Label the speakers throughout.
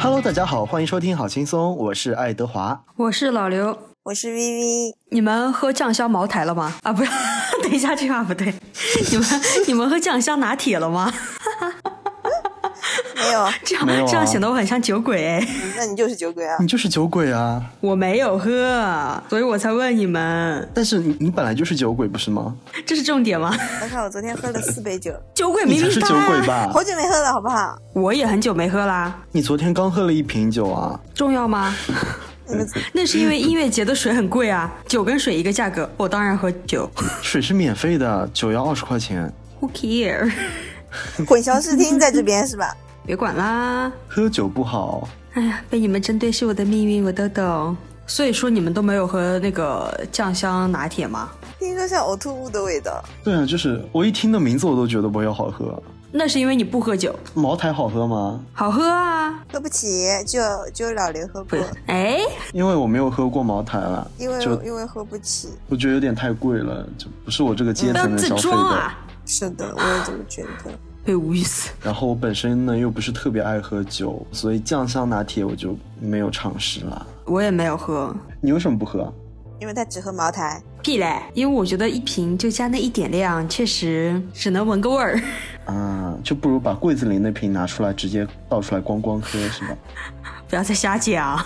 Speaker 1: Hello，大家好，欢迎收听好轻松，我是爱德华。
Speaker 2: 我是老刘。
Speaker 3: 我是 VV，
Speaker 2: 你们喝酱香茅台了吗？啊，不， 等一下，这话不对。 你们你们喝酱香拿铁了吗？
Speaker 3: 没有，
Speaker 2: 这样、
Speaker 1: 没有啊
Speaker 2: 这样显得我很像酒鬼哎。
Speaker 3: 那你就是酒鬼啊
Speaker 1: 你！
Speaker 2: 嗯
Speaker 1: 就是酒鬼啊！
Speaker 2: 我没有喝，所以我才问你们，
Speaker 1: 但是你你本来就是酒鬼不是吗？
Speaker 2: 这是重点吗？
Speaker 3: 我看我昨天喝了四杯酒，
Speaker 2: 酒鬼
Speaker 1: 你
Speaker 2: 明
Speaker 1: 才
Speaker 2: 明
Speaker 1: 是
Speaker 2: 大
Speaker 1: 酒鬼吧？
Speaker 3: 好久没喝了，好不好？
Speaker 2: 我也很久没喝啦，
Speaker 1: 你昨天刚喝了一瓶酒啊！
Speaker 2: 重 要吗？
Speaker 3: 你们
Speaker 2: 那是因为音乐节的水很贵啊，酒跟水一个价格，我当然喝酒。
Speaker 1: 水是免费的，酒要二十块钱。
Speaker 2: Who care？
Speaker 3: 混淆视听在这边是吧？
Speaker 2: 别管啦。
Speaker 1: 喝酒不好，
Speaker 2: 哎呀，被你们针对是我的命运，我都懂。所以说你们都没有喝那个酱香拿铁吗？
Speaker 3: 听说像呕吐物的味道，
Speaker 1: 对啊，就是我一听的名字我都觉得没有好喝。
Speaker 2: 那是因为你不喝酒，
Speaker 1: 茅台好喝吗？
Speaker 2: 好喝啊。
Speaker 3: 喝不起，就就老刘喝
Speaker 2: 不
Speaker 3: 过，，
Speaker 2: 哎，
Speaker 1: 因为我没有喝过茅台了，
Speaker 3: 因为
Speaker 1: 就
Speaker 3: 因为喝不起。
Speaker 1: 我觉得有点太贵了，就不是我这个阶
Speaker 2: 不要
Speaker 1: 层能
Speaker 2: 自
Speaker 1: 消费
Speaker 2: 装
Speaker 1: 的。
Speaker 2: 啊，
Speaker 3: 是的，我也这么觉得。
Speaker 2: 被无语死。
Speaker 1: 然后我本身呢又不是特别爱喝酒，所以酱香拿铁我就没有尝试啦。
Speaker 2: 我也没有喝，
Speaker 1: 你为什么不喝？
Speaker 3: 因为他只喝茅台，
Speaker 2: 屁嘞，因为我觉得一瓶就加那一点量，确实只能闻个味 儿。
Speaker 1: 啊，就不如把柜子里那瓶拿出来，直接倒出来光光喝，是 吧？
Speaker 2: 不要再瞎讲，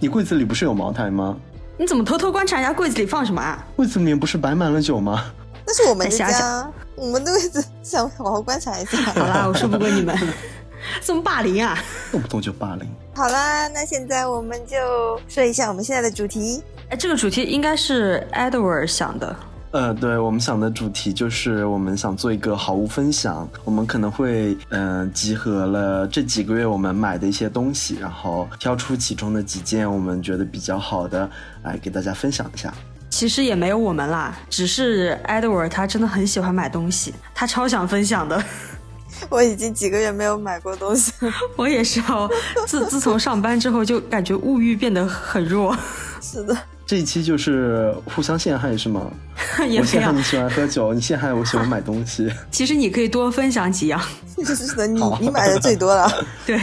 Speaker 1: 你柜子里不是有茅台吗？
Speaker 2: 你怎么偷偷观察人家柜子里放什么啊？
Speaker 1: 柜子里面不是摆满了酒吗？
Speaker 3: 那是我们的
Speaker 2: 再想
Speaker 3: 家，我们的位置 想好好观察一下。
Speaker 2: 好啦，我说不过你们，这么霸凌啊！
Speaker 1: 动不动就霸凌。
Speaker 3: 好啦，那现在我们就说一下我们现在的主题。
Speaker 2: 哎，这个主题应该是 Edward 想的，
Speaker 1: 呃，对我们想的主题就是我们想做一个好物分享，我们可能会嗯、呃集合了这几个月我们买的一些东西，然后挑出其中的几件我们觉得比较好的来给大家分享一下。
Speaker 2: 其实也没有我们啦，只是 Edward 他真的很喜欢买东西，他超想分享的。
Speaker 3: 我已经几个月没有买过东西了。
Speaker 2: 我也是哦，自自从上班之后就感觉物欲变得很弱，
Speaker 3: 是的，
Speaker 1: 这一期就是互相陷害是吗？
Speaker 2: 也
Speaker 1: 我
Speaker 2: 没
Speaker 1: 陷害
Speaker 2: 有
Speaker 1: 你。喜欢喝酒，你陷害我喜欢买东西。
Speaker 2: 其实你可以多分享几样，
Speaker 3: 是的，你你买的最多了。
Speaker 2: 对。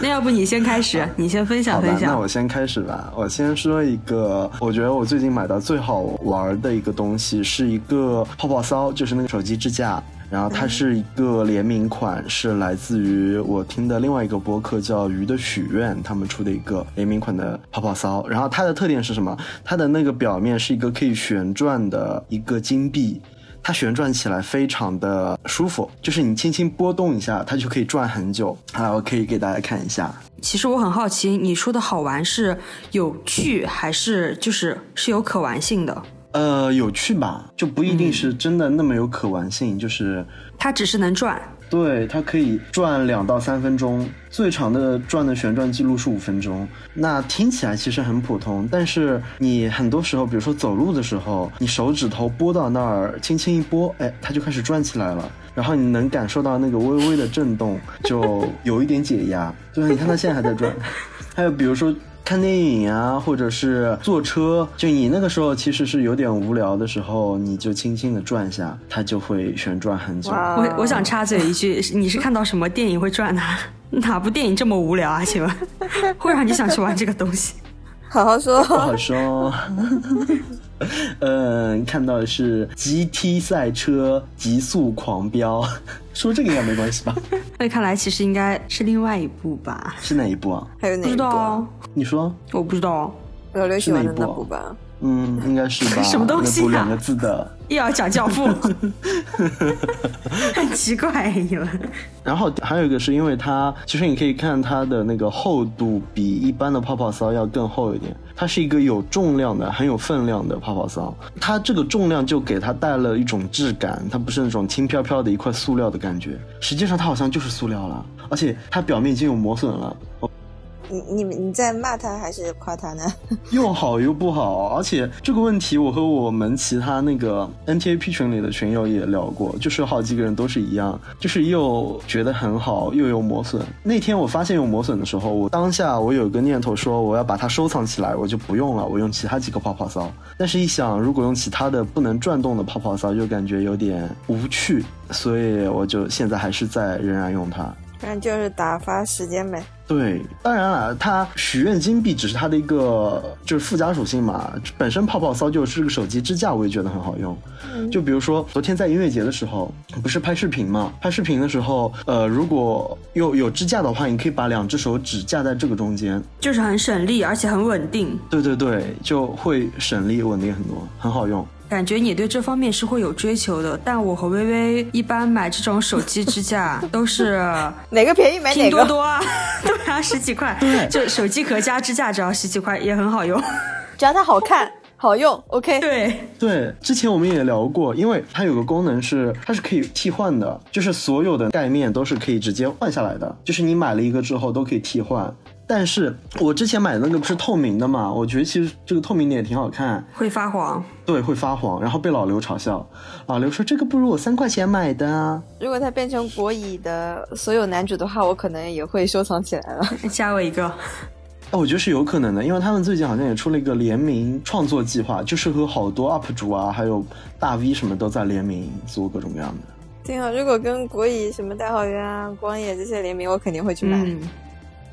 Speaker 2: 那要不你先开始，你先分享
Speaker 1: 好吧
Speaker 2: 分，
Speaker 1: 那
Speaker 2: 享
Speaker 1: 我。先开始吧。我先说一个，我觉得我最近买到最好玩的一个东西是一个泡泡骚，就是那个手机支架。然后它
Speaker 2: 嗯
Speaker 1: 是一个联名款，是来自于我听的另外一个播客叫《鱼的许愿》，他们出的一个联名款的泡泡骚。然后它的特点是什么？它的那个表面是一个可以旋转的一个金币，它旋转起来非常的舒服，就是你轻轻拨动一下，它就可以转很久。啊，我可以给大家看一下。
Speaker 2: 其实我很好奇，你说的好玩是有趣还是就是是有可玩性的？
Speaker 1: 呃，有趣吧，就不一定是真的那么有可玩性，就是
Speaker 2: 它只是能转，
Speaker 1: 对它可以转两到三分钟，最长的转的旋转记录是五分钟。那听起来其实很普通，但是你很多时候，比如说走路的时候，你手指头拨到那儿，轻轻一拨，哎，它就开始转起来了。然后你能感受到那个微微的震动，就有一点解压。就是你看它现在还在转。 还有比如说看电影啊，或者是坐车，就你那个时候其实是有点无聊的时候，你就轻轻的转一下，它就会旋转很久。
Speaker 3: 哇
Speaker 2: 我我想插嘴一句，是你是看到什么电影会转的？哪部电影这么无聊啊？请问，会让你想去玩这个东西？
Speaker 3: 好好说。
Speaker 1: 不好说 哦。嗯，看到的是 GT 赛车极速狂飙， 说这个应该没关系吧？
Speaker 2: 那看来其实应该是另外一部吧？
Speaker 1: 是哪一部啊？
Speaker 3: 还有
Speaker 2: 不
Speaker 3: 哪一
Speaker 2: 知
Speaker 3: 部
Speaker 2: 道
Speaker 3: 啊？
Speaker 2: 哦，
Speaker 1: 你说，
Speaker 2: 我不知道哦，
Speaker 3: 老刘喜欢的
Speaker 1: 是哪
Speaker 3: 那
Speaker 1: 一部啊
Speaker 3: 部吧？
Speaker 1: 嗯，应该是吧？
Speaker 2: 什么东西
Speaker 1: 那
Speaker 2: 啊
Speaker 1: 部两个字的。
Speaker 2: 又要讲教父，很奇怪啊你们。
Speaker 1: 然后还有一个是因为它，其实你可以看它的那个厚度比一般的泡泡骚要更厚一点，它是一个有重量的、很有分量的泡泡骚。它这个重量就给它带了一种质感，它不是那种轻飘飘的一块塑料的感觉，实际上它好像就是塑料了，而且它表面已经有磨损了。
Speaker 3: 你
Speaker 2: 啊
Speaker 3: 你你在骂他还是夸他呢？
Speaker 1: 又好又不好，而且这个问题我和我们其他那个 NTAP 群里的群友也聊过，就是好几个人都是一样，就是又觉得很好，又有磨损。那天我发现有磨损的时候，我当下我有一个念头说我要把它收藏起来，我就不用了，我用其他几个泡泡骚。但是一想，如果用其他的不能转动的泡泡骚，又感觉有点无趣，所以我就现在还是在仍然用它。
Speaker 3: 反正就是打发时间呗。
Speaker 1: 对，当然了，它许愿金币只是它的一个就是附加属性嘛。本身泡泡骚就是这个手机支架，我也觉得很好用。就比如说昨天在音乐节的时候，不是拍视频嘛？拍视频的时候，呃，如果有有支架的话，你可以把两只手指架在这个中间。
Speaker 2: 就是很省力，而且很稳定，
Speaker 1: 对对对，就会省力稳定很多，很好用。
Speaker 2: 感觉你对这方面是会有追求的。但我和微微一般买这种手机支架都是
Speaker 3: 哪个便宜买
Speaker 2: 拼
Speaker 3: 哎哪
Speaker 2: 多
Speaker 3: 个，
Speaker 2: 多啊， 对啊，十几块，就手机壳加支架只要十几块，也很好用。
Speaker 3: 只要它好看、 好用，OK。
Speaker 2: 对，
Speaker 1: 对，之前我们也聊过，因为它有个功能是它是可以替换的，就是所有的盖面都是可以直接换下来的，就是你买了一个之后都可以替换。但是我之前买的那个不是透明的嘛，我觉得其实这个透明的也挺好看，
Speaker 2: 会发黄。
Speaker 1: 对，会发黄，然后被老刘嘲笑。老刘说这个不如我三块钱买的啊，
Speaker 3: 如果它变成国乙的所有男主的话，我可能也会收藏起来了。
Speaker 2: 加我一个，
Speaker 1: 哎我觉得是有可能的，因为他们最近好像也出了一个联名创作计划，就是和好多 UP 主啊，还有大 V 什么都在联名做各种各样的。
Speaker 3: 挺啊好，如果跟国乙什么大好园啊、光野这些联名，我肯定会去买。
Speaker 2: 嗯，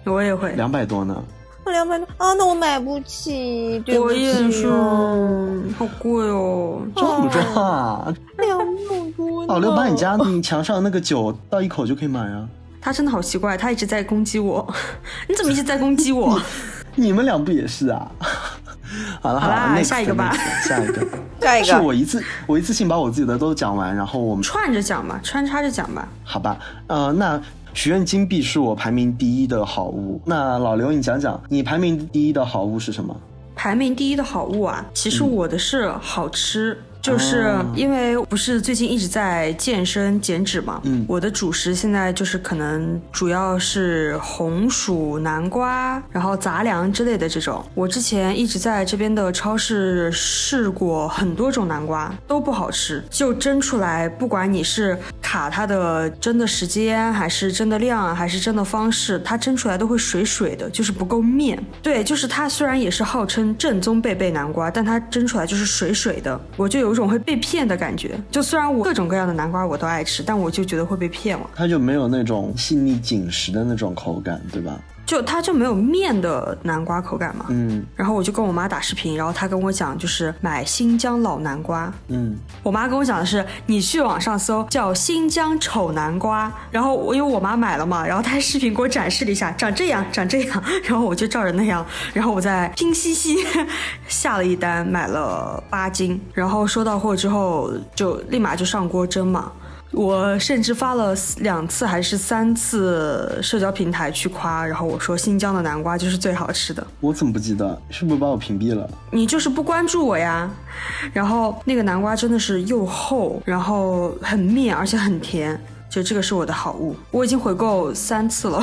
Speaker 2: 我也会。
Speaker 1: 两百多呢，
Speaker 3: 我两百多啊，那我买不起，对不
Speaker 2: 我也
Speaker 3: 起
Speaker 2: 是
Speaker 3: 哦，，
Speaker 2: 好贵哦。
Speaker 1: 这么重啊！
Speaker 3: 两百多呢。
Speaker 1: 老哦六
Speaker 2: 哦
Speaker 1: 把你家你墙上那个酒倒一口就可以买啊！
Speaker 2: 他真的好奇怪，他一直在攻击我。 你怎么一直在攻击我？
Speaker 1: 你们俩不也是啊？ 好了
Speaker 2: 好啦
Speaker 1: 了，那
Speaker 2: 下一个吧
Speaker 1: 下 一个。
Speaker 3: 下一
Speaker 1: 是
Speaker 3: 个，
Speaker 1: 我一次我一次性把我自己的都讲完，然后我们
Speaker 2: 串着讲吧，穿插着讲吧。
Speaker 1: 好吧，呃，那许愿金币是我排名第一的好物。那老刘，你讲讲你排名第一的好物是什么？
Speaker 2: 排名第一的好物啊，其实我的是好吃。就是
Speaker 1: 嗯哦
Speaker 2: 因为不是最近一直在健身减脂嘛，
Speaker 1: 嗯
Speaker 2: 我的主食现在就是可能主要是红薯、南瓜，然后杂粮之类的这种。我之前一直在这边的超市试过很多种南瓜，都不好吃，就蒸出来，不管你是卡它的蒸的时间，还是蒸的量，还是蒸的方式，它蒸出来都会水水的，就是不够面。对，就是它虽然也是号称正宗贝贝南瓜，但它蒸出来就是水水的，我就有一种会被骗的感觉。就虽然我各种各样的南瓜我都爱吃，但我就觉得会被骗了，
Speaker 1: 它就没有那种细腻紧实的那种口感，对吧？
Speaker 2: 就它就没有面的南瓜口感嘛。
Speaker 1: 嗯
Speaker 2: 然后我就跟我妈打视频，然后她跟我讲，就是买新疆老南瓜，
Speaker 1: 嗯，
Speaker 2: 我妈跟我讲的是，你去网上搜叫新疆丑南瓜，然后我因为我妈买了嘛，然后她视频给我展示了一下，长这样，长这样， 然后我就照着那样，然后我再拼夕夕 下了一单，买了八斤，然后收到货之后就立马就上锅蒸嘛。我甚至发了两次还是三次社交平台去夸，然后我说新疆的南瓜就是最好吃的。
Speaker 1: 我怎么不记得？是不是把我屏蔽了？
Speaker 2: 你就是不关注我呀。然后那个南瓜真的是又厚，然后很面，而且很甜，就这个是我的好物。我已经回购三次了，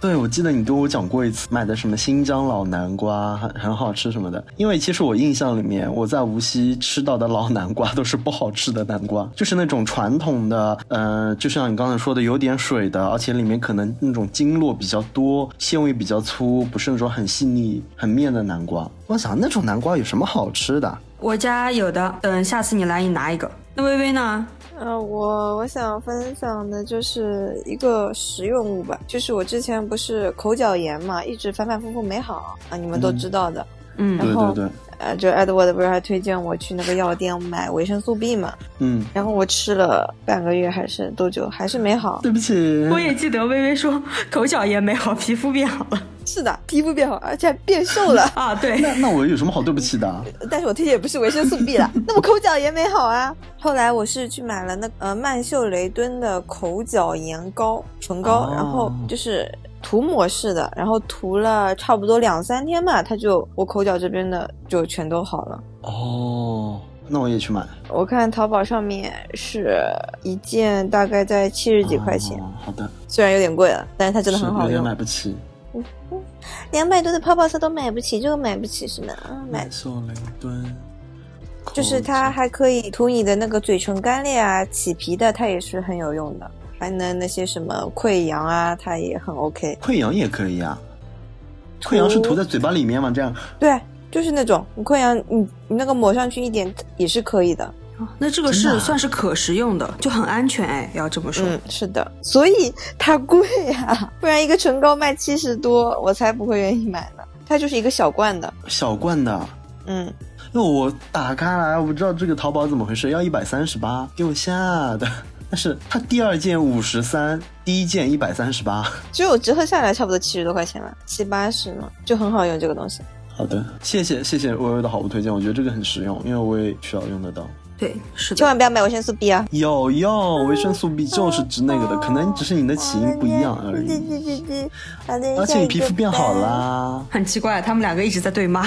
Speaker 1: 对，我记得你跟我讲过一次买的什么新疆老南瓜，很很好吃什么的。因为其实我印象里面，我在无锡吃到的老南瓜都是不好吃的南瓜，就是那种传统的，呃，就像你刚才说的，有点水的，而且里面可能那种经络比较多，纤维比较粗，不是那种很细腻、很面的南瓜。我想那种南瓜有什么好吃的？
Speaker 2: 我家有的，等下次你来你拿一个。那微微呢？
Speaker 3: 呃，我我想分享的就是一个实用物吧，就是我之前不是口角炎嘛，一直反反复复没好啊，你们都
Speaker 1: 嗯
Speaker 3: 知道的。
Speaker 2: 嗯，
Speaker 1: 对
Speaker 3: 然后
Speaker 1: 对对，
Speaker 3: 呃，就 Edward 不是还推荐我去那个药店买维生素 B 嘛，
Speaker 1: 嗯，
Speaker 3: 然后我吃了半个月还是多久，还是 没好。
Speaker 1: 对不起，
Speaker 2: 我也记得微微说口角炎没好，皮肤变好了。
Speaker 3: 是的，皮肤变好，而且还变瘦了
Speaker 2: 啊。对，
Speaker 1: 那那我有什么好对不起的啊？
Speaker 3: 但是我推荐也不是维生素 B 了，那我口角炎没好啊。后来我是去买了那呃曼秀雷敦的口角炎膏唇膏，
Speaker 1: 哦
Speaker 3: 然后就是涂抹式的，然后涂了差不多两三天吧，它就我口角这边的就全都好了。
Speaker 1: 哦，那我也去买，
Speaker 3: 我看淘宝上面是一件大概在七十几块钱，
Speaker 1: 哦好的，
Speaker 3: 虽然有点贵了，但是它真的
Speaker 1: 是
Speaker 3: 很好
Speaker 1: 有点
Speaker 3: 用。
Speaker 1: 买不起。
Speaker 3: 两百多的泡泡色都买不起，这个买不起是吗？嗯，买
Speaker 1: 秀雷敦，
Speaker 3: 就是它还可以涂你的那个嘴唇干裂啊、起皮的，它也是很有用的。还能那些什么溃疡啊，它也很 OK。
Speaker 1: 溃疡也可以啊。溃疡是涂在嘴巴里面嘛？这样
Speaker 3: 啊对，就是那种你溃疡，你你那个抹上去一点也是可以的。
Speaker 2: 那这个
Speaker 1: 真的啊
Speaker 2: 是算是可食用的，就很安全哎，要这么说。
Speaker 3: 嗯，是的，所以它贵啊，不然一个唇膏卖七十多，我才不会愿意买呢。它就是一个小罐的，
Speaker 1: 小罐的。
Speaker 3: 嗯，
Speaker 1: 因为我打开来，我不知道这个淘宝怎么回事，要一百三十八，给我吓的。但是它第二件五十三，第一件一百三十 八。
Speaker 3: 只有折合下来差不多七十多块钱吧，七八十呢，就很好用这个东西。
Speaker 1: 好的，谢谢谢谢微微的好物推荐，我觉得这个很实用，因为我也需要用得到。
Speaker 2: 对，是
Speaker 3: 千
Speaker 2: 的。
Speaker 3: 万不要买维生素 B 啊！
Speaker 1: 有用，维生素 B 就是指那个的，
Speaker 3: 哦
Speaker 1: 可能只是你的起因不一样而
Speaker 3: 对
Speaker 1: 已。
Speaker 3: 对对对，好的
Speaker 1: 而且
Speaker 3: 下一
Speaker 1: 你
Speaker 3: 个
Speaker 1: 皮肤变好
Speaker 3: 吧
Speaker 1: 啦。
Speaker 2: 很奇怪，他们两个一直在对骂。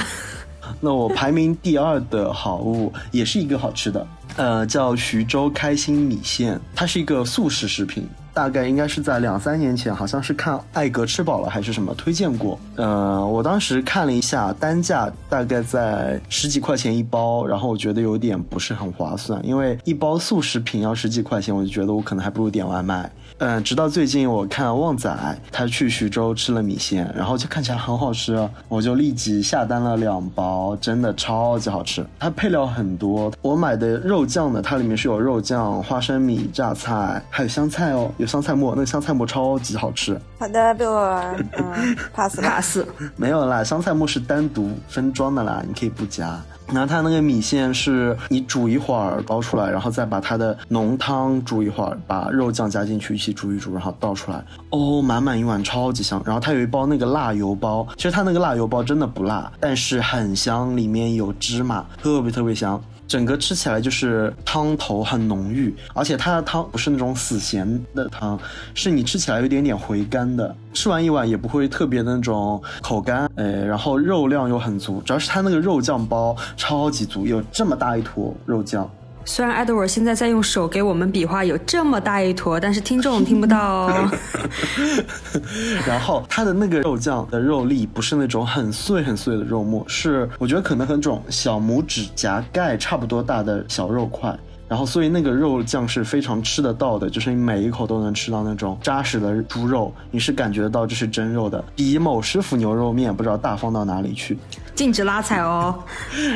Speaker 1: 那我排名第二的好物也是一个好吃的，呃，叫徐州开心米线，它是一个速食食品。大概应该是在两三年前，好像是看艾格吃饱了还是什么推荐过。呃，我当时看了一下，单价大概在十几块钱一包，然后我觉得有点不是很划算，因为一包速食品要十几块钱，我就觉得我可能还不如点外卖。嗯，直到最近我看旺仔他去徐州吃了米线，然后就看起来很好吃啊，我就立即下单了两包，真的超级好吃。它配料很多，我买的肉酱呢，它里面是有肉酱、花生米、榨菜，还有香菜哦，有香菜末，那个香菜末超级好吃。
Speaker 3: 好的，被我 嗯 pass 了。
Speaker 2: 卡斯，
Speaker 1: 没有啦，香菜末是单独分装的啦，你可以不加。然后它那个米线是你煮一会儿捞出来，然后再把它的浓汤煮一会儿，把肉酱加进去一起煮一煮，然后倒出来，哦，满满一碗超级香。然后它有一包那个辣油包，其实它那个辣油包真的不辣，但是很香，里面有芝麻，特别特别香。整个吃起来就是汤头很浓郁，而且它的汤不是那种死咸的汤，是你吃起来有点点回甘的，吃完一碗也不会特别的那种口干，呃，然后肉量又很足，主要是它那个肉酱包超级足，有这么大一坨肉酱，
Speaker 2: 虽然 Edward 现在在用手给我们比划有这么大一坨，但是听众听不到哦。
Speaker 1: 然后它的那个肉酱的肉粒不是那种很碎很碎的肉末，是我觉得可能和这种小拇指甲盖差不多大的小肉块。然后，所以那个肉酱是非常吃得到的，就是你每一口都能吃到那种扎实的猪肉，你是感觉到这是真肉的，比某师傅牛肉面不知道大方到哪里去。
Speaker 2: 禁止拉踩哦。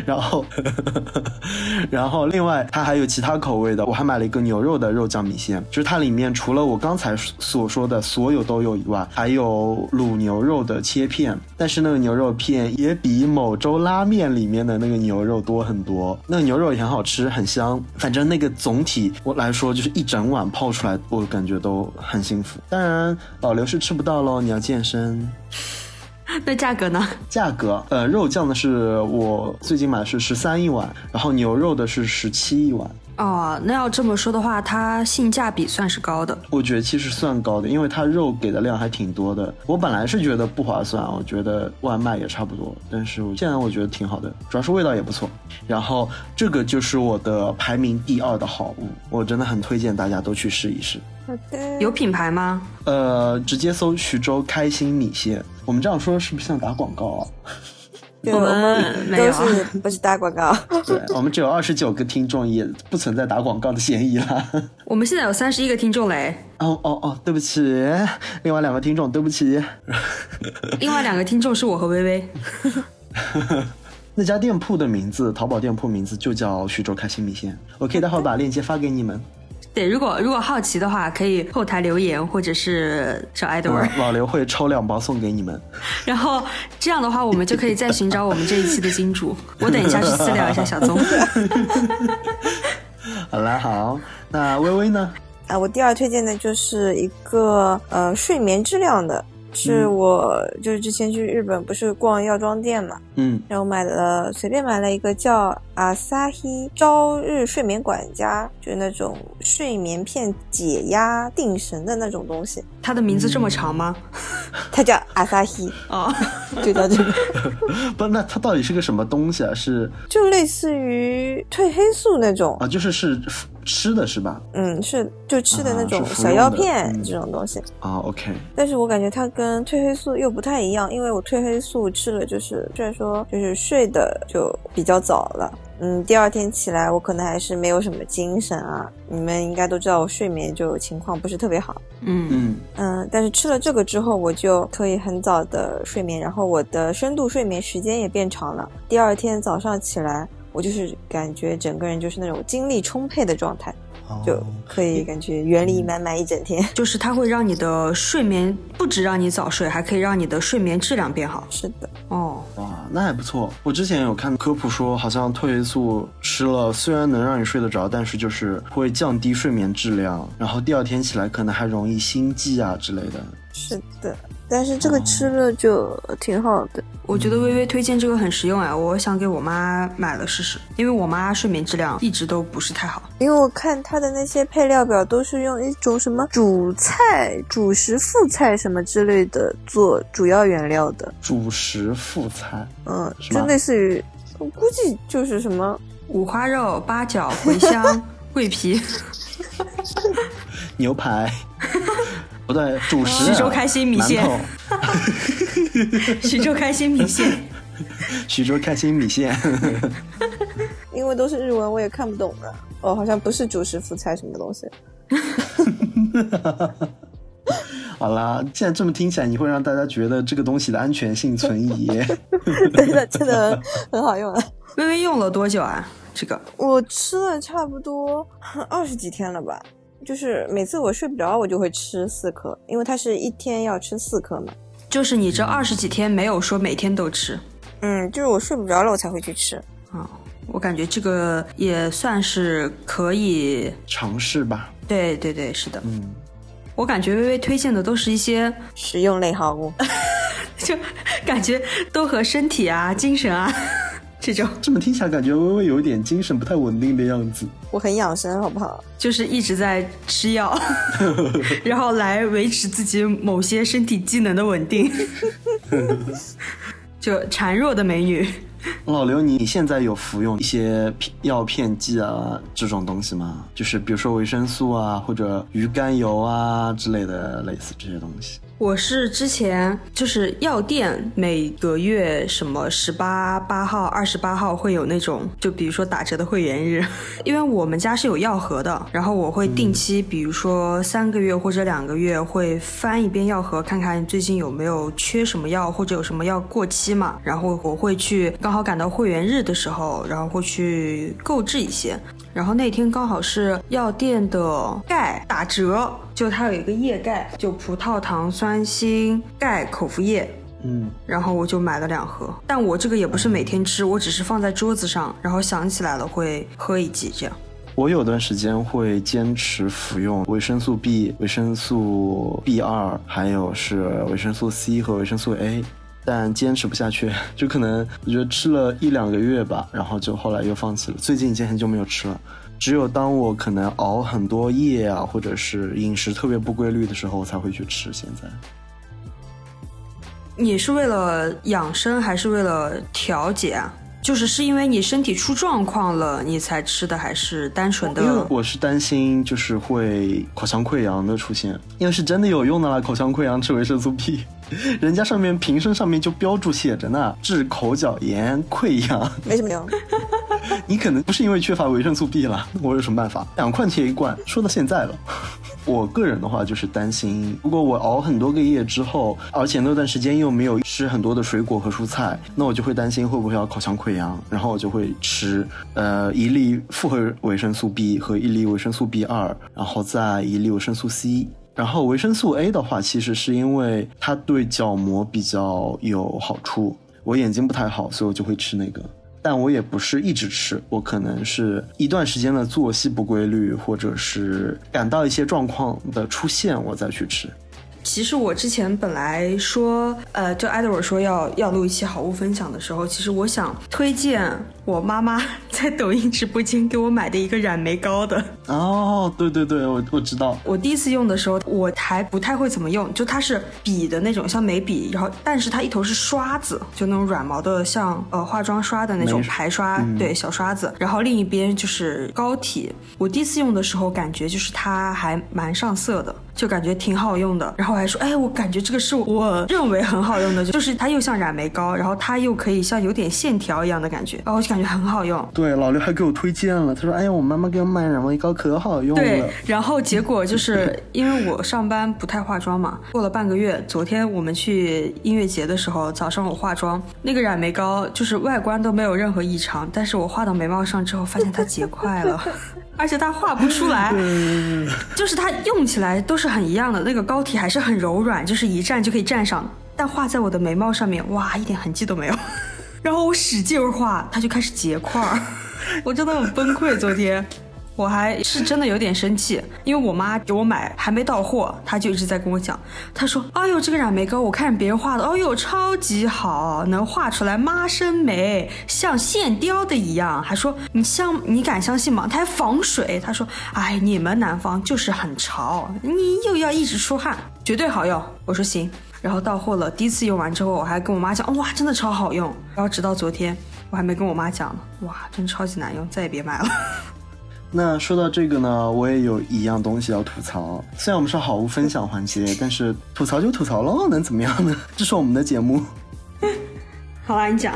Speaker 1: 然后， 然后另外它还有其他口味的，我还买了一个牛肉的肉酱米线，就是它里面除了我刚才所说的所有都有以外，还有卤牛肉的切片，但是那个牛肉片也比某州拉面里面的那个牛肉多很多，那个牛肉也很好吃，很香，反正那个总体我来说就是一整碗泡出来，我感觉都很幸福。当然老刘是吃不到喽，你要健身。
Speaker 2: 那价格呢？
Speaker 1: 价格，呃，肉酱的是我最近买的是十三一碗，然后牛肉的是十七一碗。
Speaker 2: 哦，那要这么说的话，它性价比算是高的。
Speaker 1: 我觉得其实算高的，因为它肉给的量还挺多的。我本来是觉得不划算，我觉得外卖也差不多，但是我现在我觉得挺好的，主要是味道也不错。然后这个就是我的排名第二的好物，我真的很推荐大家都去试一试。
Speaker 3: 好的，
Speaker 2: 有品牌吗？
Speaker 1: 呃，直接搜徐州开心米线，我们这样说是不是像打广告啊？
Speaker 3: 对
Speaker 2: 我
Speaker 3: 我
Speaker 2: 们没有啊
Speaker 3: 都是不是打广告？
Speaker 1: 对，我们只有二十九个听众，也不存在打广告的嫌疑啦。
Speaker 2: 我们现在有三十一个听众嘞，
Speaker 1: 哦哦哦，对不起，另外两个听众，对不起。
Speaker 2: 另外两个听众是我和薇薇。
Speaker 1: 那家店铺的名字，淘宝店铺名字就叫徐州开心米线。我可以待会儿把链接发给你们。
Speaker 2: 对，如果如果好奇的话，可以后台留言或者是找艾德文。
Speaker 1: 嗯老刘会抽两包送给你们。
Speaker 2: 然后这样的话，我们就可以再寻找我们这一期的金主。我等一下去私聊一下小宗。
Speaker 1: 好啦，好，那微微呢？
Speaker 3: 啊，我第二推荐的就是一个呃睡眠质量的，
Speaker 2: 嗯
Speaker 3: 是我、就是之前去日本不是逛药妆店嘛，
Speaker 1: 嗯，
Speaker 3: 然后买了随便买了一个叫 Asahi 朝日睡眠管家，就是那种睡眠片解压定神的那种东西，
Speaker 2: 他的名字这么长吗？
Speaker 3: 它叫 Asahi，
Speaker 2: 哦，
Speaker 3: 就叫这个，
Speaker 1: 不，那它到底是个什么东西啊？是
Speaker 3: 就类似于褪黑素那种，
Speaker 1: 啊，就是是吃的是吧？
Speaker 3: 嗯，是就吃的那
Speaker 1: 啊
Speaker 3: 种
Speaker 1: 是服
Speaker 3: 小
Speaker 1: 用
Speaker 3: 药
Speaker 1: 的
Speaker 3: 片、
Speaker 1: 嗯
Speaker 3: 这种东西。
Speaker 1: 啊，OK，
Speaker 3: 但是我感觉它跟褪黑素又不太一样，因为我褪黑素吃了，就是虽然说就是睡的就比较早了，嗯，第二天起来我可能还是没有什么精神啊。你们应该都知道我睡眠就情况不是特别好，
Speaker 2: 嗯，
Speaker 1: 嗯，
Speaker 3: 嗯，但是吃了这个之后，我就可以很早的睡眠，然后我的深度睡眠时间也变长了。第二天早上起来。我就是感觉整个人就是那种精力充沛的状态，
Speaker 4: 哦
Speaker 3: 就可以感觉原力满满一整天。
Speaker 1: 嗯
Speaker 2: 就是它会让你的睡眠不止让你早睡，还可以让你的睡眠质量变好。
Speaker 3: 是的，
Speaker 2: 哦，
Speaker 1: 哇，那还不错。我之前有看科普说，好像褪黑素吃了，虽然能让你睡得着，但是就是会降低睡眠质量，然后第二天起来可能还容易心悸啊之类的。
Speaker 3: 是的。但是这个吃了就挺好的，
Speaker 2: 我觉得微微推荐这个很实用哎，我想给我妈买了试试，因为我妈睡眠质量一直都不是太好。
Speaker 3: 因为我看它的那些配料表都是用一种什么主菜、主食、副菜什么之类的做主要原料的，
Speaker 1: 主食副菜，
Speaker 3: 嗯，
Speaker 1: 是吗
Speaker 3: 就类似于，我估计就是什么
Speaker 2: 五花肉、八角、茴香、桂皮，
Speaker 1: 牛 排，不对，主食、啊。
Speaker 2: 徐州开心米线
Speaker 1: 馒头
Speaker 2: 徐州开心米线。
Speaker 1: 徐州开心米线。
Speaker 3: 因为都是日文，我也看不懂的。哦，好像不是主食、副菜什么东西。
Speaker 1: 好啦，现在这么听起来，你会让大家觉得这个东西的安全性存疑。
Speaker 3: 真的真的很 好用啊！
Speaker 2: 微微用了多久啊？这个
Speaker 3: 我吃了差不多 二十几天了吧，就是每次我睡不着，我就会吃四颗，因为它是一天要吃四颗嘛。
Speaker 2: 就是你这二十几天没有说每天都吃
Speaker 3: 嗯，就是我睡不着了，我才会去吃。
Speaker 2: 啊、我感觉这个也算是可以。
Speaker 1: 尝试吧，
Speaker 2: 对对对，是的，
Speaker 1: 嗯，
Speaker 2: 我感觉微微推荐的都是一些
Speaker 3: 食用类好物，
Speaker 2: 就感觉都和身体啊、精神啊 这种，
Speaker 1: 这么听起来感觉微微有点精神不太稳定的样子。
Speaker 3: 我很养生，好不好？
Speaker 2: 就是一直在吃药， 然后来维持自己某些身体机能的稳定。 就孱弱的美女，
Speaker 1: 老刘，你现在有服用一些片药片剂啊这种东西吗？就是比如说维生素啊，或者鱼肝油啊之类的，类似这些东西。
Speaker 2: 我是之前就是药店每个月什么十八八号、二十八号会有那种，就比如说打折的会员日， 因为我们家是有药盒的，然后我会定期，比如说三个月或者两个月会翻一遍药盒，看看最近有没有缺什么药或者有什么药过期嘛，然后我会去刚好赶到会员日的时候，然后会去购置一些。然后那天刚好是药店的钙打折，就它有一个液钙，就葡萄糖酸锌钙口服液。
Speaker 1: 嗯，
Speaker 2: 然后我就买了两盒，但我这个也不是每天吃，我只是放在桌子上，然后想起来了会喝一剂这样。
Speaker 1: 我有段时间会坚持服用维生素 B、维生素 B 二，还有是维生素 C 和维生素 A，但坚持不下去， 就可能我觉得吃了一两个月吧，然后就后来又放弃了。最近已经很久没有吃了。只有当我可能熬很多夜啊，或者是饮食特别不规律的时候，我才会去吃。现在，
Speaker 2: 你是为了养生还是为了调节啊？就是是因为你身体出状况了你才吃的，还是单纯的？
Speaker 1: 因为我是担心就是会口腔溃疡的出现，因为是真的有用的啦，口腔溃疡吃维生素 B，人家上面瓶身上面就标注写着呢，治口角炎、溃疡，
Speaker 3: 没什么用。
Speaker 1: 你可能不是因为缺乏维生素 B 了，那我有什么办法？两块钱一罐，说到现在了。 我个人的话就是担心，如果我熬很多个夜之后，而且那段时间又没有吃很多的水果和蔬菜，那我就会担心会不会要口腔溃疡，然后我就会吃呃一粒复合维生素 B 和一粒维生素 B 二，然后再一粒维生素 C。然后维生素 A 的话，其实是因为它对角膜比较有好处，我眼睛不太好，所以我就会吃那个。但我也不是一直吃，我可能是一段时间的作息不规律，或者是感到一些状况的出现，我再去吃。
Speaker 2: 其实我之前本来说，呃，就艾德尔说要要录一期好物分享的时候，其实我想推荐我妈妈 在抖音直播间给我买的一个染眉膏的。
Speaker 1: 哦，对对对，我我知道，
Speaker 2: 我第一次用的时候，我还不太会怎么用，就它是笔的那种，像眉笔，然后但是它一头是刷子，就那种软毛的，像呃化妆刷的那种
Speaker 1: 没事嗯
Speaker 2: 排刷，对小刷子，然后另一边就是膏体。我第一次用的时候，感觉就是它还蛮上色的，就感觉挺好用的。然后还说，哎，我感觉这个是我认为很好用哦的，就是它又像染眉膏，然后它又可以像有点线条一样的感觉，然后我就感觉很好用。
Speaker 1: 对对，老刘还给我推荐了，他说：“哎呀，我妈妈给我买染毛膏可好用了
Speaker 2: 对。，然后结果就是因为我上班不太化妆嘛，过了半个月，昨天我们去音乐节的时候，早上我化妆，那个染眉膏就是外观都没有任何异常，但是我画到眉毛上之后，发现它结块了，而且它画不出来，就是它用起来都是很一样的，那个膏体还是很柔软，就是一蘸就可以蘸上，但画在我的眉毛上面，哇，一点痕迹都没有。 然后我使劲儿画，它就开始结块儿， 我真的很崩溃。昨天我还是真的有点生气，因为我妈给我买还没到货，她就一直在跟我讲，她说：“哎呦，这个染眉膏我看别人画的，哎呦超级好，能画出来妈生眉，像线雕的一样。”还说：“你相你敢相信吗？它还防水。”她说：“哎，你们南方就是很潮，你又要一直出汗，绝对好用。”我说：“行。”然后到货了，第一次用完之后，我还跟我妈讲，哇，真的超好用。然后直到昨天，我还没跟我妈讲呢，哇，真超级难用，再也别买了。
Speaker 1: 那说到这个呢，我也有一样东西要吐槽。虽然我们是好物分享环节，但是吐槽就吐槽喽，能怎么样呢？这是我们的节目。
Speaker 2: 好啊，你讲，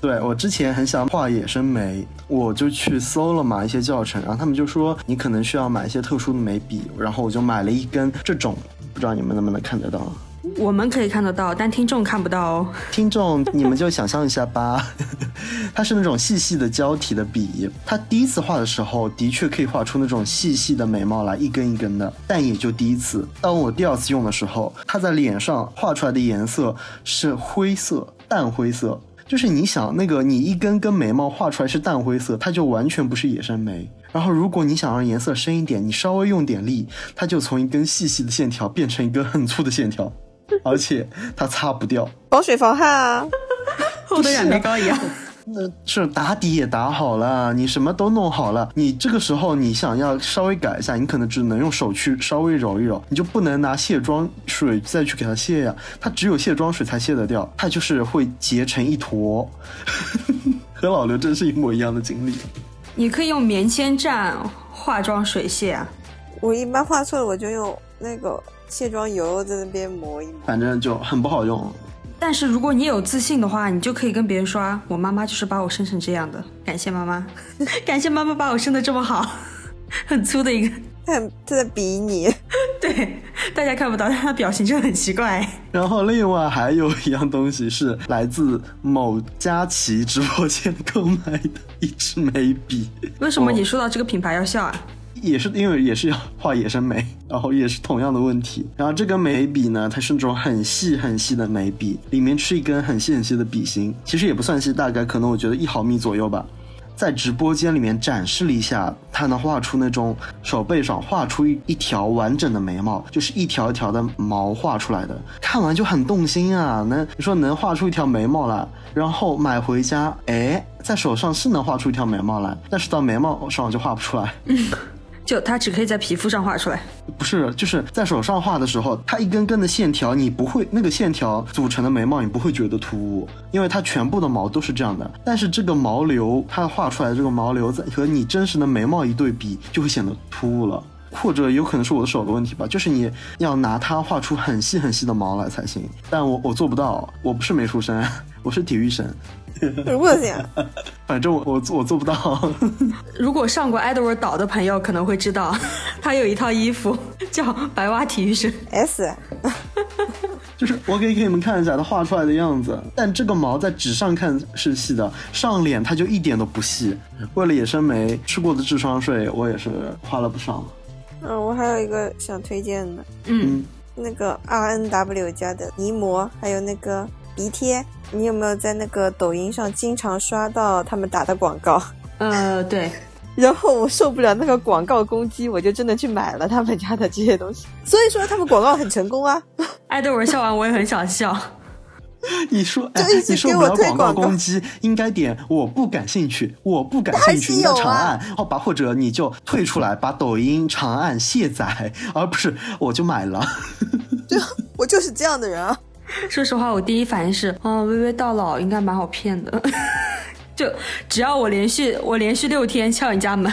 Speaker 1: 对我之前很想画野生眉，我就去搜了嘛一些教程，然后他们就说你可能需要买一些特殊的眉笔，然后我就买了一根这种，不知道你们能不能看得到。啊
Speaker 2: 我们可以看得到，但听众看不到哦。
Speaker 1: 听众，你们就想象一下吧， 它是那种细细的胶体的笔。它第一次画的时候，的确可以画出那种细细的眉毛来，一根一根的，但也就第一次。当我第二次用的时候，它在脸上画出来的颜色是灰色，淡灰色。就是你想那个，你一根根眉毛画出来是淡灰色，它就完全不是野生眉。然后如果你想让颜色深一点，你稍微用点力，它就从一根细细的线条变成一根很粗的线条， 而且它擦不掉。
Speaker 3: 防水防汗啊，
Speaker 2: 和我的染眉膏一样。
Speaker 1: 那是打底也打好了，你什么都弄好了，你这个时候你想要稍微改一下，你可能只能用手去稍微揉一揉，你就不能拿卸妆水再去给它卸呀、它只有卸妆水才卸得掉，它就是会结成一坨。和老刘真是一模一样的经历。
Speaker 2: 你可以用棉签蘸化妆水卸啊。
Speaker 3: 我一般画错了我就用那个卸妆油在那边磨一磨。
Speaker 1: 反正就很不好用。
Speaker 2: 但是如果你有自信的话，你就可以跟别人说啊，我妈妈就是把我生成这样的，感谢妈 妈，感谢妈妈把我生的这么好， 很粗的一个，
Speaker 3: 他很他在比你，
Speaker 2: 对，大家看不到，但她表情就很奇怪。
Speaker 1: 然后另外还有一样东西是来自某佳琦直播间购买的一支眉笔，
Speaker 2: 为什么
Speaker 1: 哦
Speaker 2: 你说到这个品牌要笑啊？
Speaker 1: 也是因为也是要画野生眉，然后也是同样的问题。然后这根眉笔呢，它是那种很细很细的眉笔，里面是一根很细很细的笔芯，其实也不算细，大概可能我觉得一毫米左右吧。在直播间里面展示了一下，它能画出那种手背上画出一一条完整的眉毛，就是一条一条的毛画出来的，看完就很动心啊。能你说能画出一条眉毛来，然后买回家，哎，在手上是能画出一条眉毛来，但是到眉毛上就画不出来。
Speaker 2: 就它只可以在皮肤上画出来。
Speaker 1: 不是，就是在手上画的时候，它一根根的线条，你不会那个线条组成的眉毛，你不会觉得突兀，因为它全部的毛都是这样的。但是这个毛流，它画出来的这个毛流在和你真实的眉毛一对比，就会显得突兀了。或者有可能是我的手的问题吧，就是你要拿它画出很细很细的毛来才行，但我我做不到，我不是美术生，我是体育生，
Speaker 3: 如果这样，
Speaker 1: 反正我我做我做不到。
Speaker 2: 如果上过 Edward 岛的朋友可能会知道， 他有一套衣服 叫白袜体育生。
Speaker 3: S，啊
Speaker 1: 就是我可以给你们看一下它画出来的样子，但这个毛在纸上看是细的，上脸它就一点都不细。为了野生眉吃过的智商税，我也是花了不少。
Speaker 3: 嗯，我还有一个想推荐的，
Speaker 2: 嗯，
Speaker 3: 那个 R N W 家的泥膜，还有那个鼻贴，你有没有在那个抖音上经常刷到他们打的广告？
Speaker 2: 呃，对，
Speaker 3: 然后我受不了那个广告攻击，我就真的去买了他们家的这些东西。 所以说他们广告很成功啊，
Speaker 2: 艾德文笑完我也很想笑。
Speaker 1: 你说，哎
Speaker 3: 就一，直
Speaker 1: 你受
Speaker 3: 给
Speaker 1: 不
Speaker 3: 我
Speaker 1: 了
Speaker 3: 推
Speaker 1: 广告
Speaker 3: 广告
Speaker 1: 攻击，应该点我不感兴趣，我不感兴趣，
Speaker 3: 还是
Speaker 1: 应该
Speaker 3: 有啊
Speaker 1: 长按，好吧，或者你就退出来，把抖音长按卸载，而不是我就买 了。
Speaker 3: 我就是这样的人啊。
Speaker 2: 说实话，我第一反应是，嗯，微微到老应该蛮好骗的。 就只要我连续我连续六天敲你家门，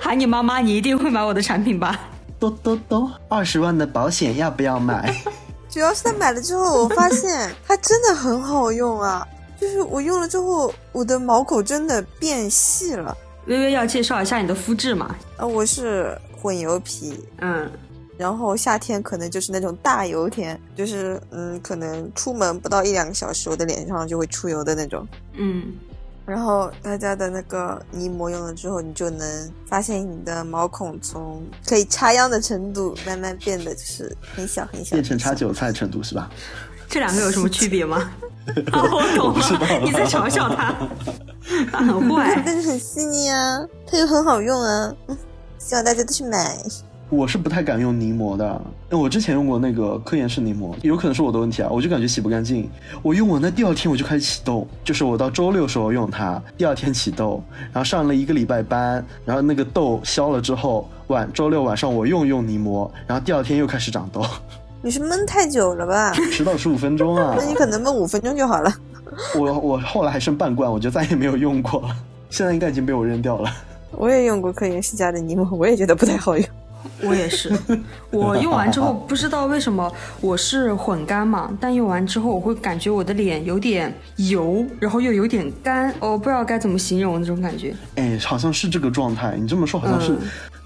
Speaker 2: 喊你妈妈，你一定会买我的产品吧？
Speaker 1: 咚咚咚，二十万的保险要不要买？
Speaker 3: 主要是他买了之后，我发现它真的很好用啊，就就是我用了之后，我的毛孔真的变细了。
Speaker 2: 微微要介绍一下你的肤质嘛？
Speaker 3: 呃，我是混油皮，
Speaker 2: 嗯，
Speaker 3: 然后夏天可能就是那种大油田，就是嗯，可能出门不到一两个小时，我的脸上就会出油的那种。
Speaker 2: 嗯，
Speaker 3: 然后大家的那个泥膜用了之后，你就能发现你的毛孔从可以插秧的程度慢慢变得就是很小很小，
Speaker 1: 变成插
Speaker 3: 很小
Speaker 1: 韭菜程度是吧？
Speaker 2: 这两个有什么区别吗？ 啊，我懂
Speaker 1: 我不知道
Speaker 2: 了，你在嘲 笑他，他很坏。
Speaker 3: 但是很细腻啊，它又很好用啊，嗯希望大家都去买。
Speaker 1: 我是不太敢用泥膜的，因为我之前用过那个科颜氏泥膜，有可能是我的问题啊，我就感觉洗不干净。我用完那第二天我就开始起痘，就是我到周六时候用它，第二天起痘，然后上了一个礼拜班，然后那个痘消了之后，晚周六晚上我又用泥膜，然后第二天又开始长痘，
Speaker 3: 你是闷太久了吧？
Speaker 1: 十到十五分钟啊
Speaker 3: 那，你可能闷五分钟就好了。
Speaker 1: 我我后来还剩半罐，我就再也没有用过了，现在应该已经被我扔掉了。
Speaker 3: 我也用过科颜氏家的泥膜，我也觉得不太好用。
Speaker 2: 我也是，我用完之后不知道为什么我是混干嘛，但用完之后我会感觉我的脸有点油，然后又有点干，我不知道该怎么形容那种感觉。
Speaker 1: 哎，好像是这个状态。你这么说好像是，
Speaker 2: 嗯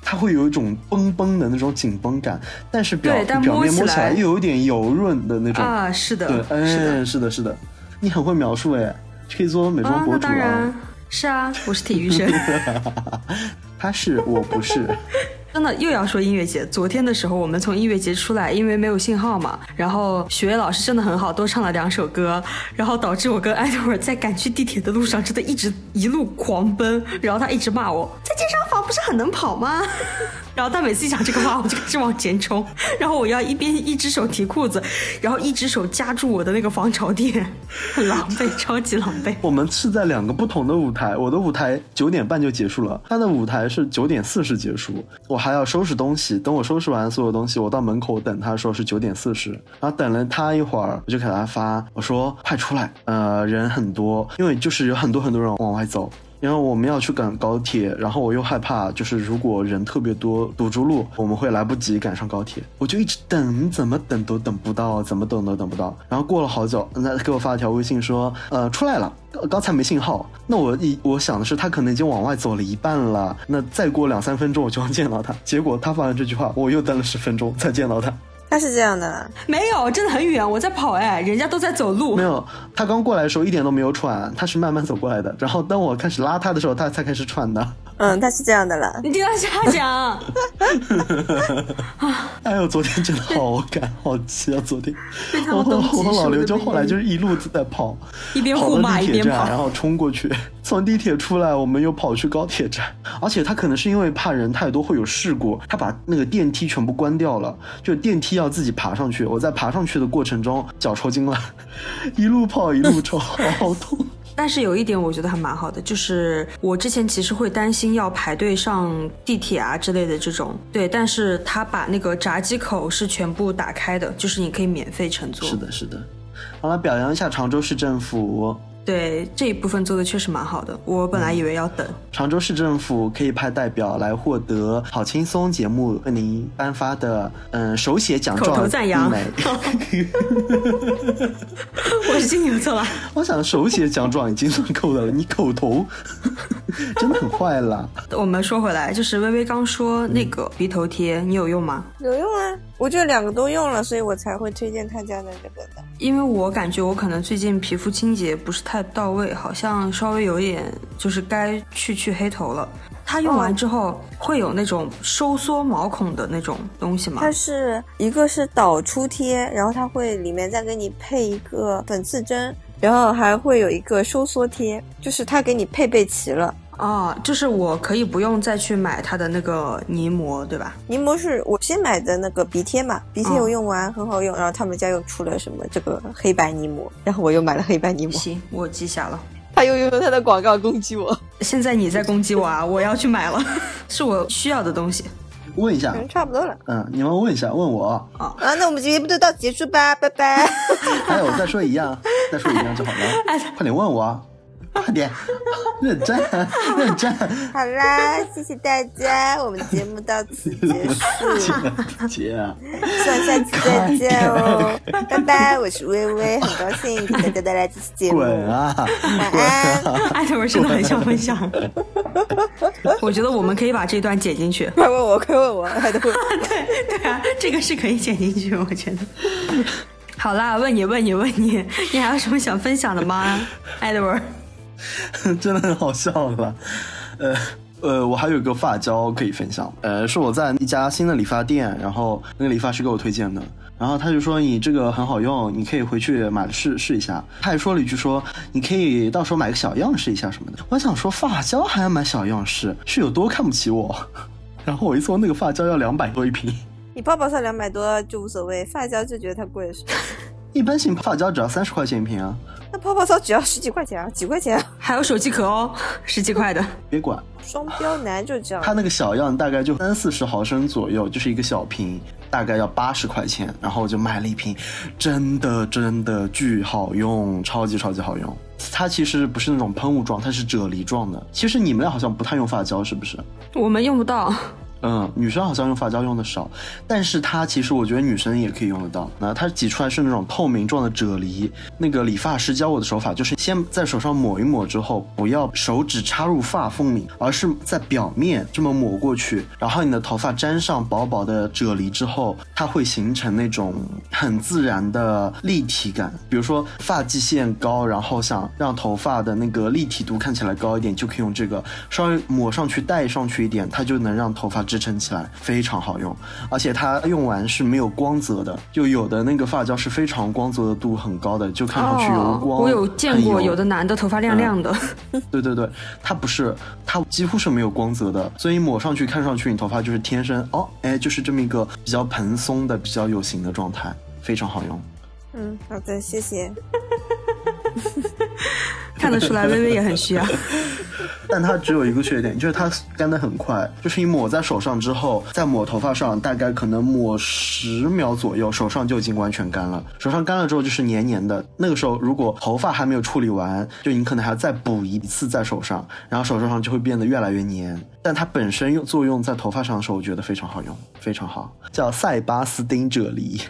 Speaker 1: 它会有一种绷绷的那种紧绷感，但是表
Speaker 2: 对但
Speaker 1: 表面
Speaker 2: 摸起
Speaker 1: 摸起来
Speaker 2: 来
Speaker 1: 又有点油润的那种。
Speaker 2: 啊，是的
Speaker 1: 对，，哎，
Speaker 2: 是的。
Speaker 1: 是的，是的，你很会描述哎，可以做美妆
Speaker 2: 啊，那
Speaker 1: 博主
Speaker 2: 当然
Speaker 1: 啊。
Speaker 2: 是啊，我是体育生。
Speaker 1: 他是，我不是。
Speaker 2: 真的又要说音乐节。昨天的时候，我们从音乐节出来，因为没有信号嘛，然后雪月老师真的很好，多唱了两首歌，然后导致我跟艾德尔在赶去地铁的路上，真的一直一路狂奔，然后他一直骂我在健身房不是很能跑吗？ 然后他每次一讲这个话，我就开始往前冲，然后我要一边一只手提裤子，然后一只手夹住我的那个防潮垫，很狼狈，超级狼狈。
Speaker 1: 我们是在两个不同的舞台，我的舞台九点半就结束了，他的舞台是九点四十结束，我还要收拾东西。等我收拾完所有东西，我到门口等他的时候是九点四十，然后等了他一会儿，我就给他发，我说快出来，呃，人很多，因为就是有很多很多人往外走。因为我们要去赶高铁，然后我又害怕，就是如果人特别多，堵住路，我们会来不及赶上高铁。我就一直等，怎么等都等不到，怎么等都等不到。然后过了好久，那他给我发了条微信说，呃，出来了，呃刚才没信号。那我一我想的是，他可能已经往外走了一半了，那再过两三分钟我就要见到他。结果他发完这句话，我又等了十分钟 才见到他。
Speaker 3: 它是这样的啦，
Speaker 2: 没有，真的很远，我在跑哎，人家都在走路
Speaker 1: 没。有，他刚过来的时候一点都没有喘，他是慢慢走过来的。然后当我开始拉他的时候，他才开始喘的。
Speaker 3: 嗯，它是这样的啦。
Speaker 2: 你听他瞎讲。
Speaker 1: 哎呦，昨天真的好赶好急啊！昨天
Speaker 2: 被他
Speaker 1: 我和
Speaker 2: 们都急
Speaker 1: 我和老
Speaker 2: 手
Speaker 1: 刘
Speaker 2: 都
Speaker 1: 就
Speaker 2: 不
Speaker 1: 后来
Speaker 2: 一
Speaker 1: 就是一路在跑，
Speaker 2: 一边
Speaker 1: 跑
Speaker 2: 互
Speaker 1: 到
Speaker 2: 骂
Speaker 1: 地
Speaker 2: 一
Speaker 1: 铁
Speaker 2: 边
Speaker 1: 站，然
Speaker 2: 跑。
Speaker 1: 后冲过去， 从地铁出来，我们又跑去高铁站。啊而且他可能是因为怕人太多会有事故，他把那个电梯全部关掉了，就电梯要自己爬上去。我在爬上去的过程中脚抽筋了， 一路跑一路抽，好痛。
Speaker 2: 但是有一点我觉得还蛮好的，就是我之前其实会担心要排队上地铁啊之类的这种，对，但是他把那个闸机口是全部打开的，就是你可以免费乘 坐。
Speaker 1: 是，的，是的。好了，表扬一下常州市政府。
Speaker 2: 对这一部分做的确实蛮好的。我本来以为要等，
Speaker 1: 常州市政府可以派代表来获得《好轻松》节目为您颁发的嗯手写奖
Speaker 2: 口头
Speaker 1: 状
Speaker 2: 赞扬
Speaker 1: 一枚。 嗯
Speaker 2: 我是金牛座啊，
Speaker 1: 我想手写奖状已经算够的了，你口头 真的很坏啦。
Speaker 2: 我们说回来，就是微微刚说那个鼻头贴，你有用吗？
Speaker 3: 有用啊，我这两个都用了，所以我才会推荐他家的这个的。
Speaker 2: 因为我感觉我可能最近皮肤清洁不是太到位，好像稍微有点就是该去去黑头了。它用完之后会有那种收缩毛孔的那种东西吗
Speaker 3: 它？是一个是导出贴，然后它会里面再给你配一个粉刺针，然后还会有一个收缩贴，就是它给你配备齐了。
Speaker 2: 啊，就是我可以不用再去买它的那个泥膜，对吧？
Speaker 3: 泥膜是我先买的那个鼻贴嘛，鼻贴
Speaker 2: 嗯
Speaker 3: 我用完很好用，然后他们家又出了什么这个黑白泥膜，然 后我又买了黑白泥 膜，
Speaker 2: 行，我记下了。
Speaker 3: 他又用他的广告攻击我，
Speaker 2: 现在你在攻击我 啊，我要去买了， 是我需要的东西
Speaker 1: 问一下，
Speaker 3: 嗯，差不多了
Speaker 1: 嗯，你们问一下，问我，
Speaker 2: 啊。
Speaker 3: 啊，那我们节目就到此结 束吧，拜拜。
Speaker 2: 哎
Speaker 1: 还有再说一样，再说一样就好了，快点问我啊。八点，认 真认真。
Speaker 3: 好啦，谢谢大家，我们节目到 此结束，
Speaker 1: 姐，啊
Speaker 2: 哎
Speaker 3: 希望下期再见哦，拜拜，我是微 微，很高兴给大家带来这期节目，
Speaker 1: 滚啊！
Speaker 3: 晚安。
Speaker 2: 艾特文真的很想分享， 我觉得我们可以把这段剪进去。
Speaker 3: 快问我，快问我，还得问我。
Speaker 2: 对啊，这个是可以剪进去，我觉 得。好啦，问你问你问你，你还有什么想分享的吗，艾德文？
Speaker 1: 真的很好笑了。呃呃，我还有个发胶可以分享，呃，是我在一家新的理发店，然后那个理发师给我推荐的。然后他就说你这个很好用，你可以回去买了试试一下。他还说了一句说你可以到时候买个小样试一下什么的。我还想说发胶还要买小样试，是有多看不起我？ 然后我一搜那个发胶要两百多一瓶，
Speaker 3: 你泡泡才两百多就无所谓，发胶就觉得它贵是吧？
Speaker 1: 一般性发胶只要三十块钱一瓶啊，
Speaker 3: 那泡泡骚只要十几块钱啊，几块钱啊？
Speaker 2: 还有手机壳哦，十几块的。
Speaker 1: 别管。
Speaker 3: 双标男就这样
Speaker 1: 它。那个小样大概就三四十毫升左右，就是一个小瓶，大概要八十块钱。然后我就买了一瓶，真的真的巨好用，超级超级好用。它其实不是那种喷雾状，它是啫喱状的。其实你们俩好像不太用发胶，是不是？
Speaker 2: 我们用不到，
Speaker 1: 嗯，女生好像用发胶用的少，但是它其实我觉得女生也可以用得到。那它挤出来是那种透明状的啫喱。那个理发师教我的手法就是先在手上抹一抹之后，不要手指插入发缝里，而是在表面这么抹过去，然后你的头发沾上薄薄的啫喱之后，它会形成那种很自然的立体感。比如说发际线高，然后想让头发的那个立体度看起来高一点，就可以用这个稍微抹上去、带上去一点，它就能让头发支撑起来，非常好用。而且它用完是没有光泽的，就有的那个发胶是非常光泽度很高的，就看上去油
Speaker 2: 哦，
Speaker 1: 光。哎嗯
Speaker 2: 我有见过
Speaker 1: 很油
Speaker 2: 有的男的头发亮亮的，
Speaker 1: 对对对，它不是，它几乎是没有光泽的，所以抹上去看上去你头发就是天生哦，哎，就是这么一个比较蓬松的、比较有型的状态，非常好用。
Speaker 3: 嗯，好的，谢谢。
Speaker 2: 看得出来微微也很啊需 要。
Speaker 1: 但它只有一个缺点，就是它干得很快，就是你抹在手上之后，再抹头发上，大概可能抹十秒左右，手上就已经完全干了。手上干了之后就是黏黏的，那个时候如果头发还没有处理完，就你可能还要再补一次在手上，然后手上就会变得越来越黏。但它本身用作用在头发上的时候，我觉得非常好用，非常好，叫塞巴斯汀啫喱。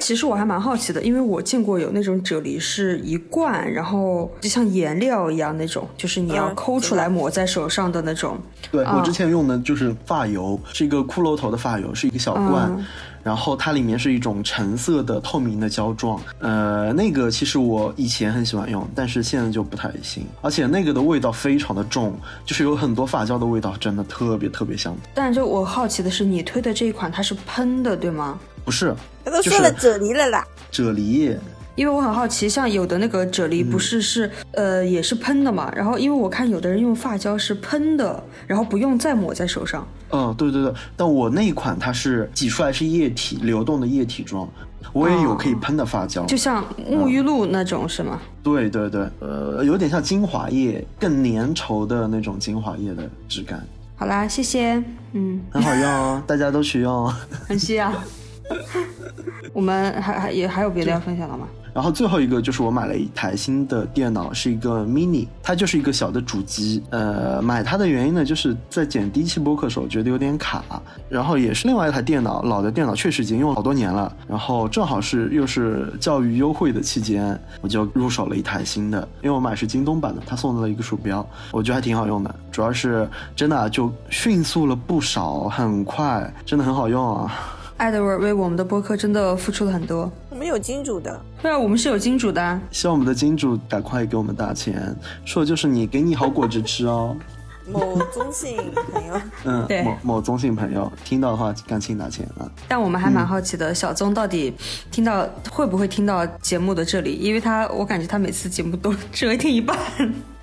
Speaker 2: 其实我还蛮好奇的，因为我见过有那种啫喱是一罐，然后就像颜料一样那种，就是你要
Speaker 3: 嗯
Speaker 2: 抠出来抹在手上的那种。
Speaker 1: 对、
Speaker 2: 啊
Speaker 1: 我之前用的就是发油，是一个骷髅头的发油，是一个小罐，
Speaker 2: 嗯
Speaker 1: 然后它里面是一种橙色的透明的胶状。呃，那个其实我以前很喜欢用，但是现在就不太行，而且那个的味道非常的重，就是有很多发胶的味道，真的特别特别香。
Speaker 2: 但就我好奇的是，你推的这一款它是喷的，对吗？
Speaker 1: 不是
Speaker 3: 他都
Speaker 1: 就
Speaker 3: 说
Speaker 1: 是
Speaker 3: 了啫喱了啦，
Speaker 1: 啫喱液，
Speaker 2: 因为我很好奇，像有的那个啫喱不是是、呃也是喷的嘛，然后因为我看有的人用发胶是喷的，然后不用再抹在手上。
Speaker 1: 嗯，对对对，但我那一款它是挤出来是液体，流动的液体状。我也
Speaker 3: 嗯
Speaker 1: 有可以喷的发胶，
Speaker 2: 就像沐浴露那种、是吗？
Speaker 1: 对对对，呃，有点像精华液，更粘稠的那种精华液的质感。
Speaker 2: 好啦，谢谢，嗯，
Speaker 1: 很好用哦，大家都去用哦。
Speaker 2: 很需要。 我们还还也还有别的要分享的吗？
Speaker 1: 然后最后一个就是我买了一台新的电脑，是一个 mini，它就是一个小的主机。呃，买它的原因呢，就是在剪第一期播客的时候觉得有点卡，然后也是另外一台电脑，老的电脑确实已经用了好多年了，然后正好是又是教育优惠的期间，我就入手了一台新的，因为我买是京东版的，它送了一个鼠标，我觉得还挺好用的，主要是真的就迅速了不少，很快，真的很好用啊。
Speaker 2: 艾德文为我们的播客真的付出了很多。
Speaker 3: 我们有金主的，
Speaker 2: 对啊，我们是有金主的啊。
Speaker 1: 希望我们的金主赶快给我们打钱，说的就是你，给你好果子吃哦。
Speaker 3: 某中性朋 友，
Speaker 1: 嗯
Speaker 2: 对，
Speaker 1: 某某中性朋友听到的话，赶紧打钱啊！
Speaker 2: 但我们还蛮好奇的，小宗到底听到会不会听到节目的这里？因为他，我感觉他每次节目都 只会听一半。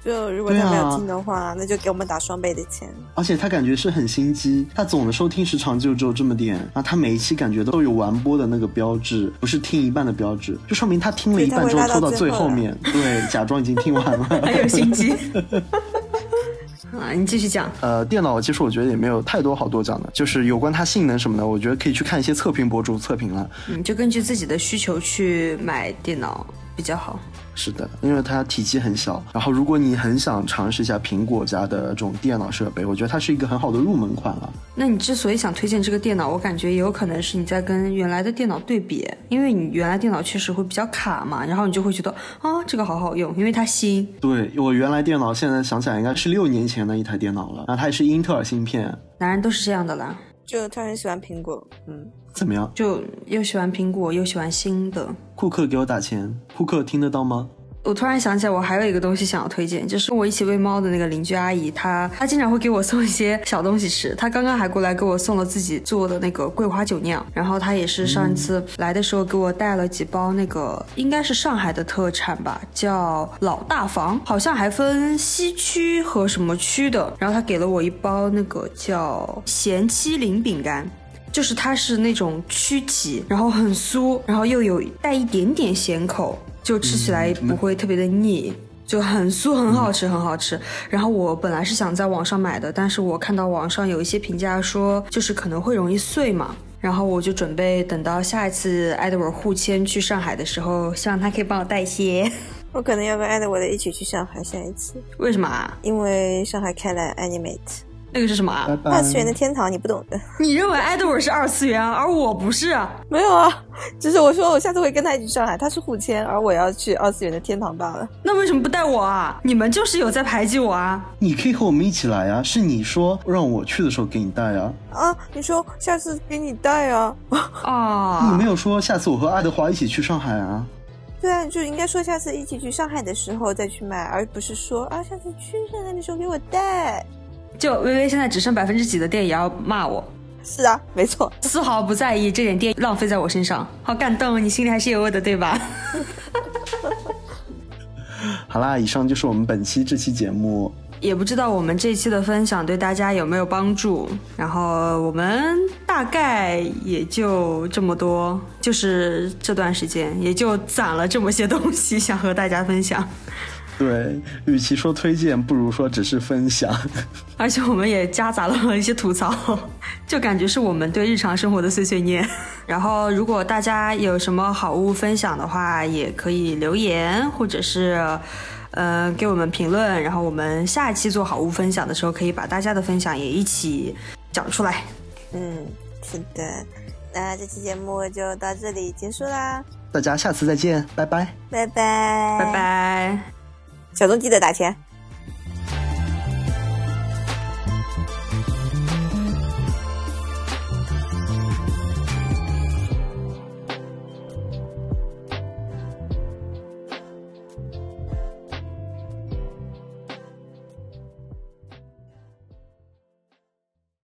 Speaker 3: 就如果
Speaker 1: 对
Speaker 3: 他
Speaker 1: 啊
Speaker 3: 没有听的话，那就给我们打双倍的钱。
Speaker 1: 而且他感觉是很心机，他总的收听时长就只有这么点，然后他每一期感觉都有完播的那个标志，不是听一半的标志，就说明他听了一半之后拖到最后面，对，假装已经听完了。
Speaker 2: 很有心 机。啊，你继续讲。
Speaker 1: 呃，电脑其实我觉得也没有太多好多讲的，就是有关它性能什么的，我觉
Speaker 2: 嗯
Speaker 1: 得可以去看一些测评博主测评了。
Speaker 2: 你就根据自己的需求去买电脑比比较好。
Speaker 1: 是的，因为它体积很小。然后，如果你很想尝试一下苹果家的这种电脑设备，我觉得它是一个很好的入门款了。
Speaker 2: 那你之所以想推荐这个电脑，我感觉也有可能是你在跟原来的电脑对比，因为你原来电脑确实会比较卡嘛，然后你就会觉得啊，这个好好用，因为它新。
Speaker 1: 对我原来电脑，现在想起来应该是六年前的一台电脑了，然后它也是英特尔芯片。
Speaker 2: 男人都是这样的啦，
Speaker 3: 就他很喜欢苹果，嗯，
Speaker 1: 怎么样？
Speaker 2: 就又喜欢苹果，又喜欢新的。
Speaker 1: 库克给我打钱，库克听得到吗？
Speaker 2: 我突然想起来，我还有一个东西想要推荐，就是跟我一起喂猫的那个邻居阿姨，她她经常会给我送一些小东西吃。她刚刚还过来给我送了自己做的那个桂花酒酿，然后她也是上一次来的时候给我带了几包那个应该是上海的特产吧，叫老大房，好像还分西区和什么区的。然后她给了我一包那个叫咸七零饼干。就是它是那种曲奇，然后很酥，然后又有带一点点咸口，就吃起来不会特别的腻，就很酥，很好吃，很好吃。然后我本来是想在网上买的，但是我看到网上有一些评价说，就是可能会容易碎嘛。然后我就准备等到下一次埃德尔互签去上海的时候，希望他可以帮我带一些。
Speaker 3: 我可能要跟艾德我的一起去上海下一次，
Speaker 2: 为什么啊？
Speaker 3: 因为上海开了 Animate
Speaker 2: 那个是什么啊？
Speaker 1: 拜拜。
Speaker 3: 二次元的天堂，你不懂的。
Speaker 2: 你认为埃德尔是二次元啊，而我不是啊？
Speaker 3: 没有啊，只是我说我下次会跟他一起去上海，他是互签，而我要去二次元的天堂罢了。
Speaker 2: 那为什么不带我啊？你们就是有在排挤我啊！
Speaker 1: 你可以和我们一起来啊，是你说让我去的时候给你带啊，
Speaker 3: 啊，你说下次给你带啊？
Speaker 2: 啊，
Speaker 1: 你没有说下次我和爱德华一起去上海啊。
Speaker 3: 对啊，就应该说下次一起去上海的时候再去买，而不是说啊下次去上海的时候给我带。
Speaker 2: 就微微现在只剩百分之几的店也要骂我，
Speaker 3: 是啊，没错，
Speaker 2: 丝毫不在意这点店浪费在我身上，好感动，你心里还是有我的对吧？
Speaker 1: 好啦，以上就是我们本期这期节目。
Speaker 2: 也不知道我们这期的分享对大家有没有帮助，然后我们大概也就这么多，就是这段时间也就攒了这么些东西想和大家分享，
Speaker 1: 对，与其说推荐，不如说只是分享。
Speaker 2: 而且我们也夹杂了一些吐槽，就感觉是我们对日常生活的碎碎念。然后，如果大家有什么好物分享的话，也可以留言，或者是，呃，给我们评论。然后我们下一期做好物分享的时候，可以把大家的分享也一起讲出来。
Speaker 3: 嗯，是的。那这期节目就到这里结束啦，
Speaker 1: 大家下次再见，拜拜。
Speaker 3: 拜拜，
Speaker 2: 拜。拜。
Speaker 3: 小东记得打钱。